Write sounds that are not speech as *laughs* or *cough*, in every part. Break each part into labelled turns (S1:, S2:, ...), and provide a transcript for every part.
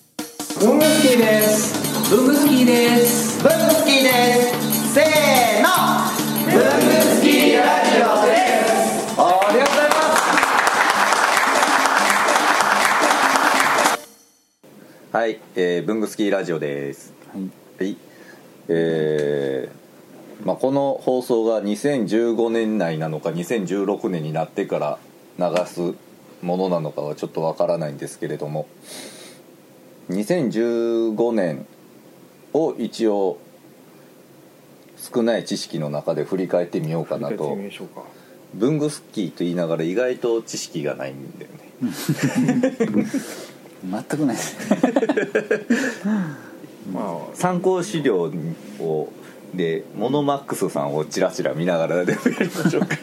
S1: 文具好きです文具好きです文具好きですせーの文具好きラジオですありがとうございます
S2: はい、えー、文具スキーラジオです。はい。えーまあこの放送が2015年内なのか2016年になってから流すものなのかはちょっとわからないんですけれども、2015年を一応少ない知識の中で振り返ってみようかなと。
S3: しょうか
S2: 文具スキーと言いながら意外と知識がないんだよね。
S1: 全くないです
S3: まあ
S2: 参考資料をでモノマックスさんをちらちら見ながらでもやりましょうか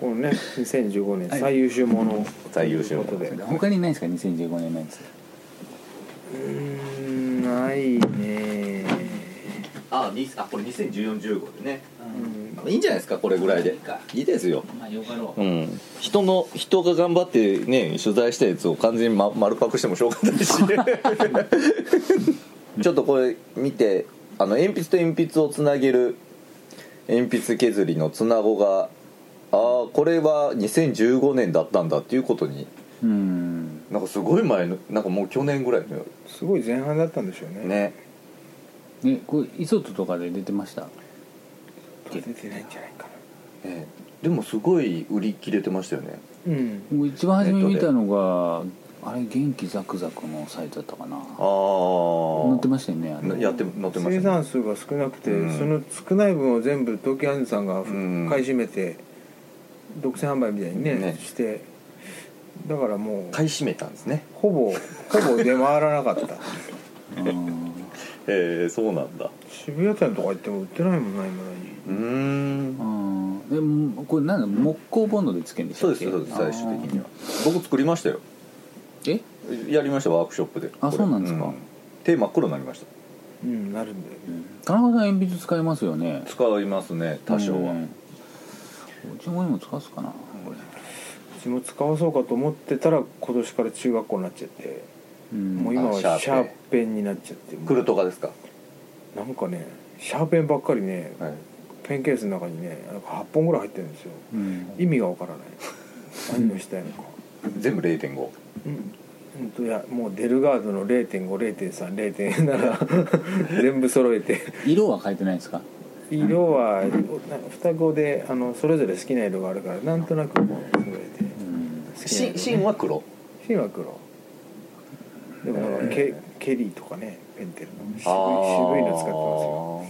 S3: このね2015年最優秀もの
S2: 最優秀もの
S3: ということで
S1: 他にないですか2015年のやつ
S3: うーんないね
S2: あにあこれ201415でね、いいんじゃないですかこれぐらいでいいですよ
S1: まあよかろ
S2: うん人の人が頑張ってね取材したやつを完全に、ま、丸パクしてもしょうがない *laughs* しちょっとこれ見てあの鉛筆と鉛筆をつなげる鉛筆削りのつなごがああこれは2015年だったんだっていうことに
S1: ううん
S2: なんかすごい前のなんかもう去年ぐらいの
S3: すごい前半だったんでしょうね
S2: ね
S1: えこれイソットとかで出てました
S3: 出てないんじゃないか
S2: ええでもすごい売り切れてましたよね
S3: なうん
S1: もう一番初め見たのがあれ元気ザクザクのサイトだったかな
S2: あ
S1: 載って
S2: あ
S1: ましたよねあれ
S2: やって載ってました
S3: 生
S2: ね
S3: 産数が少なくて、
S2: うん
S3: その少ない分を全部東京アンさんが
S2: ん
S3: 買い占めて、独占販売みたいにね
S2: ね
S3: してだからもう
S2: 買い占めたんですね
S3: ほぼほぼ出回らなか
S2: *laughs*
S3: った
S1: うん
S2: ええそうなんだ
S3: 渋谷店とか行っても売ってないもんないものに
S2: うーん
S1: うんでもこれなんだ木工ボンドでつけるんでした
S2: そう
S1: っ
S2: で
S1: け
S2: すそうです最終的には僕作りましたよ
S1: あーえ
S2: やりましたワークショップで
S1: あ
S2: これ
S1: そうなんですか
S2: 手真っ黒になりました
S3: うんなるんだよね
S1: 田中さん鉛筆使いますよね
S2: 使いますね多少は
S1: うんうちの親も使うっすかなこれ、
S3: うちも使わそうかと思ってたら今年から中学校になっちゃって、
S1: うん
S3: もう今は
S2: あ
S3: シ
S2: シャーペン
S3: ャーペンになっちゃって
S2: クルトガですか
S3: なんかねシャーペンばっかりね
S2: はい
S3: ペンケースの中にねなんか8本ぐらい入ってるんですよ
S1: うん
S3: 意味がわからない何をしたいのか
S2: 全部0.5
S3: うん、うんといやもうデルガードの0.50.30.7全部揃えて
S1: 色は変えてないですか
S3: 色は双子であのそれぞれ好きな色があるからなんとなくこう揃え
S1: う
S3: て
S1: ん
S3: 好きな
S2: し
S3: 色
S2: 芯は黒
S3: 芯は黒でもなんかケケリーとかねペンテルの渋い渋いの使
S2: 使ってますよ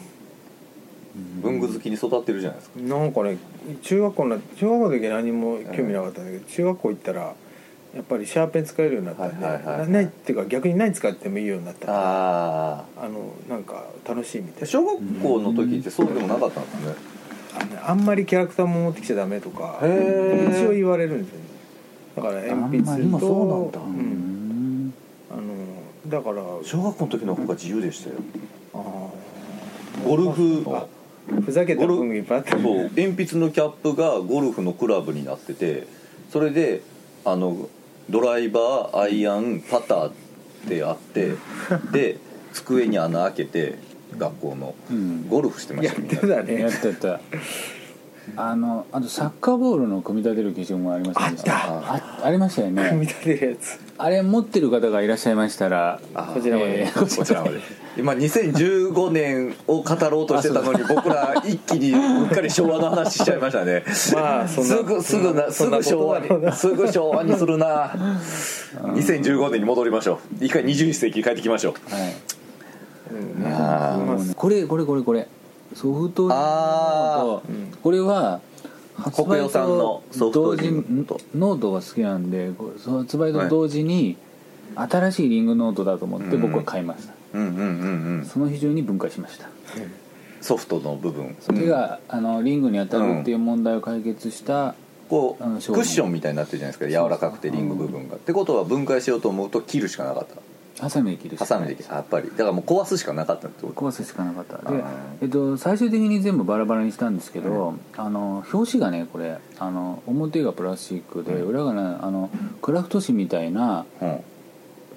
S2: 文具好きに育ってるじゃないですか
S3: ってますよなんかね中学校な中学校の時何も興味なかったんだけど、中学校行ったらやっぱりシャーペン使えるようになったんで、
S2: はいはいはいはい
S3: なないっていうか逆に何使ってもいいようになったあ
S2: ああ
S3: のなんか楽しいみたいな
S2: 小学校の時ってそうでもなかったんですね
S3: あのねあんまりキャラクターも持ってきちゃダメとか
S2: へー
S3: 一応言われるんですよねだから
S1: あん
S3: 鉛筆と
S1: まり今そう
S3: う
S1: なんだうんん
S3: あのだから
S2: 小学校の時の方が自由でしたよ
S3: あ
S2: ゴルフ
S3: あ
S2: そ
S3: ーふざけた文具いっぱいあった
S2: う鉛筆のキャップがゴルフのクラブになっててそれであのドライバーアイアンパターってあってで机に穴開けて学校の
S1: うん
S2: ゴルフしてま
S3: や
S2: し
S3: った
S2: みん
S3: て
S2: なで
S3: た
S1: や
S3: ね
S1: ったやったあのあとサッカーボールの組み立てる消しゴムありましたね
S3: あった
S1: あありましたよ
S3: *laughs* 組み
S1: ね
S3: 立てるやつ
S1: あれ持ってる方がいらっしゃいましたら
S2: あ
S3: こちらまで
S1: えーこち
S2: こち
S1: ら
S2: ら
S1: ま
S2: ま
S1: で
S2: で今2015年を語ろうとしてたのに僕ら一気にうっかり昭和の話しちゃいましたね
S3: まあそんな
S2: すぐすぐな
S3: そ
S2: す
S3: んな
S2: ぐ
S3: そんな
S2: 昭和
S3: ことだろう
S2: にすぐ昭和にするな2015年に戻りましょう一回21世紀に帰ってきましょう
S1: はい
S3: うん
S2: あ
S3: まあ
S1: これこれこれこれソフトリ
S2: あ
S1: ームノートこれは発
S2: 北洋さんのソフト
S1: 同
S2: リ
S1: 時
S2: ングノート
S1: ノートが好きなんでこうその発売と同時に新しいリングノートだと思って
S2: うん
S1: 僕は買いました、
S2: うんうんうんうん
S1: その非常に分解しました、
S2: ソフトの部分
S1: 手があのリングに当たるっていう問題を解決した、
S2: こう
S1: あの商品
S2: クッションみたいになってるじゃないですか柔らかくてリング部分がってことは分解しようと思うと切るしかなかっ
S1: ハサミで切る
S2: たハサミで切るやっぱりだからもう壊すしかなかったってこと
S1: 壊すしかなかった
S2: う
S1: で
S2: ん、
S1: えっと、最終的に全部バラバラにしたんですけど、あの表紙がねこれあの表がプラスチックで、
S2: うん
S1: 裏がねあのクラフト紙みたいな
S2: うん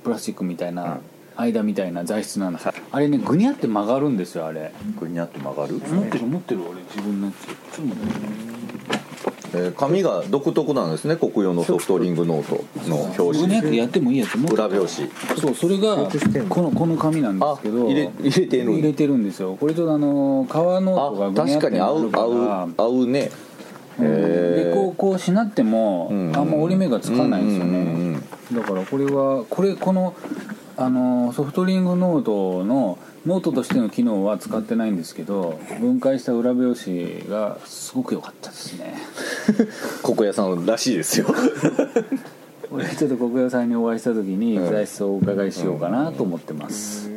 S1: プラスチックみたいな、
S2: うん
S1: 間みたいな材質なのあれねぐにゃって曲がるんですよあれ
S2: ぐにゃって曲がる、
S1: 持ってる持ってる俺自分のやつちょっと待って
S2: えー紙が独特なんですね国用のソフトリングノートの表
S1: ぐにゃっ
S2: 紙
S1: てやってもいいやつも
S2: 裏表紙
S1: そうそれがこのこの紙なんですけど
S2: あ入れ入れてる
S1: 入れてるんですよこれとあの革ノートが
S2: あ
S1: ぐにゃっ
S2: 確
S1: て
S2: かに合
S1: なる
S2: う
S1: から
S2: 合う合うね
S1: で
S2: え
S1: こうこうしなってもあ
S2: うん
S1: ん
S2: うん
S1: ま折り目がつかないんですよ
S2: うんうん
S1: ねだからこれはこれこのあのソフトリングノートのノートとしての機能は使ってないんですけど分解した裏表紙がすごく良かったです
S2: *laughs*
S1: ね
S2: 国屋さんらし
S1: *laughs*
S2: いですよ
S1: 俺ちょっと国屋さんにお会いした時に
S2: うん
S1: 材質をお伺いしようかなと思ってます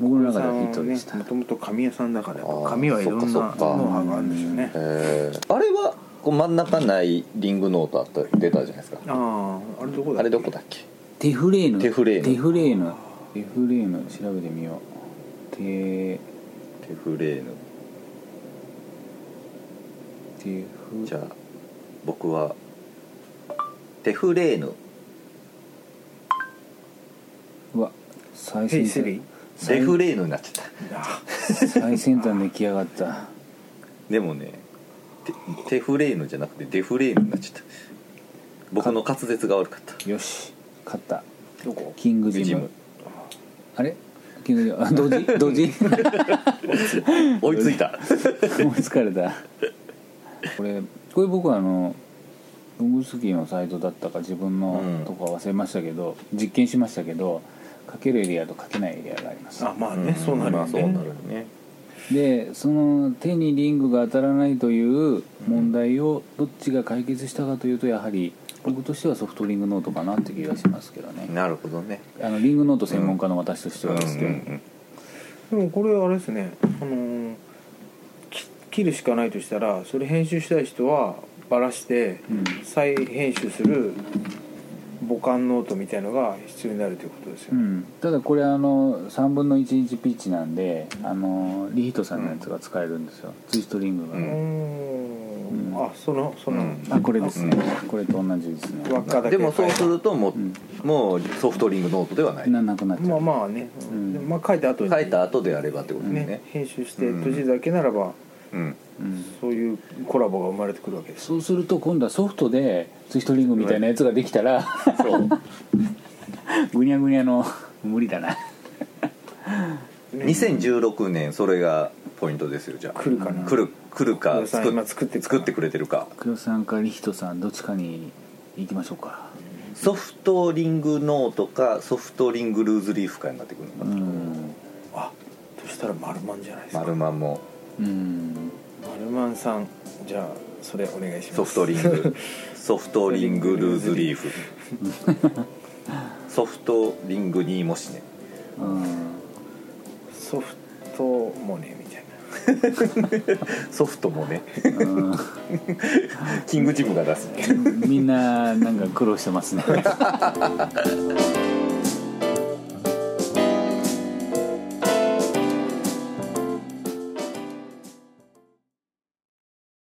S1: 僕の中ではヒットでした
S3: もともと紙屋さんだからやっ
S2: あー
S3: ぱ紙はいろんな
S2: そ
S3: ノ
S2: っかそっか
S3: ウハウがあるんですよね
S2: えーあれはこう真ん中ないリングノートあった出たじゃないですか
S3: あああれどこだ
S2: あれどこだっけ
S1: テフレーヌ
S2: テフレーヌ
S1: テフレーヌテフレーヌ調べてみようテ
S2: テフレーヌ
S1: テフ
S2: じゃあ僕はテフレーヌ
S1: うわ最
S3: ヘ
S1: 新
S3: イセリ
S2: テフレーヌになっちゃった
S3: あ
S1: 最先端出来上がった
S2: でもねテテフレーヌじゃなくてデフレーヌになっちゃった僕の滑舌が悪かった
S1: よし勝った
S3: どこ
S1: キングジム
S2: ジム
S1: あれキングジムあ同時同時
S2: 追いついた
S1: もう疲れたこれこれ僕はあの文具スキーのサイトだったか自分
S2: うん
S1: のとか忘れましたけど、実験しましたけど書けるエリアと書けないエリアがあります
S3: あまあねそうなる
S2: ま
S3: よ
S2: あそうなる
S3: ね
S2: よね
S1: でその手にリングが当たらないという問題をどっちが解決したかというとやはり僕としてはソフトリングノートかなって気がしますけどね
S2: なるほどね
S1: あのリングノート専門家の私として
S2: うん
S1: は
S2: うん
S1: ですけど、
S3: でもこれあれですねあのーき切るしかないとしたらそれ編集したい人はバラして
S1: うん
S3: 再編集する母艦ノートみたいのが必要になるということですよ
S1: う
S3: ね
S1: ん、ただこれあの3分の1日ピッチなんであのリヒトさんのやつが使えるんですよ、ツイストリングが、
S2: う
S3: うー
S2: ん
S3: ん
S1: うん
S3: あそのその、
S2: うん
S1: あこれですね、これと同じですね
S3: 輪っかだけ
S2: でもそうするともう,、
S1: うん
S2: もうソフトリングノートではない
S1: ななくなっちゃう、
S3: まあまあね、
S1: ん
S3: でまあ、書いた後に
S2: 書いた後でやればってこと
S3: ね
S2: ね、
S3: 編集して閉じるだけならば、
S2: うん
S1: うん、
S3: そういうコラボが生まれてくるわけです
S1: そうすると今度はソフトでツイストリングみたいなやつができたら、
S2: そう
S1: *laughs* ぐにゃぐにゃの無理だな
S2: 2016年それがポイントですよじゃあ
S3: 来るかな
S2: 来る来る
S3: 黒
S2: か
S3: 田さん今作ってるか
S2: 作ってくれてるか
S1: 黒さんかリヒトさんどっちかに行きましょうか
S2: ソフトリングノートかソフトリングルーズリーフかになってくるのか
S1: う
S2: な、
S1: ん
S3: あそしたら丸マンじゃないですか
S2: 丸マンも
S1: うん
S3: 丸マンさんじゃあそれお願いします
S2: ソフトリング *laughs* ソフトリングルーズリーフソフトリングにもしね
S1: うん
S3: ソフトモネみたい
S2: ソフトもねキングジムが出す
S1: みんななんか苦労してますね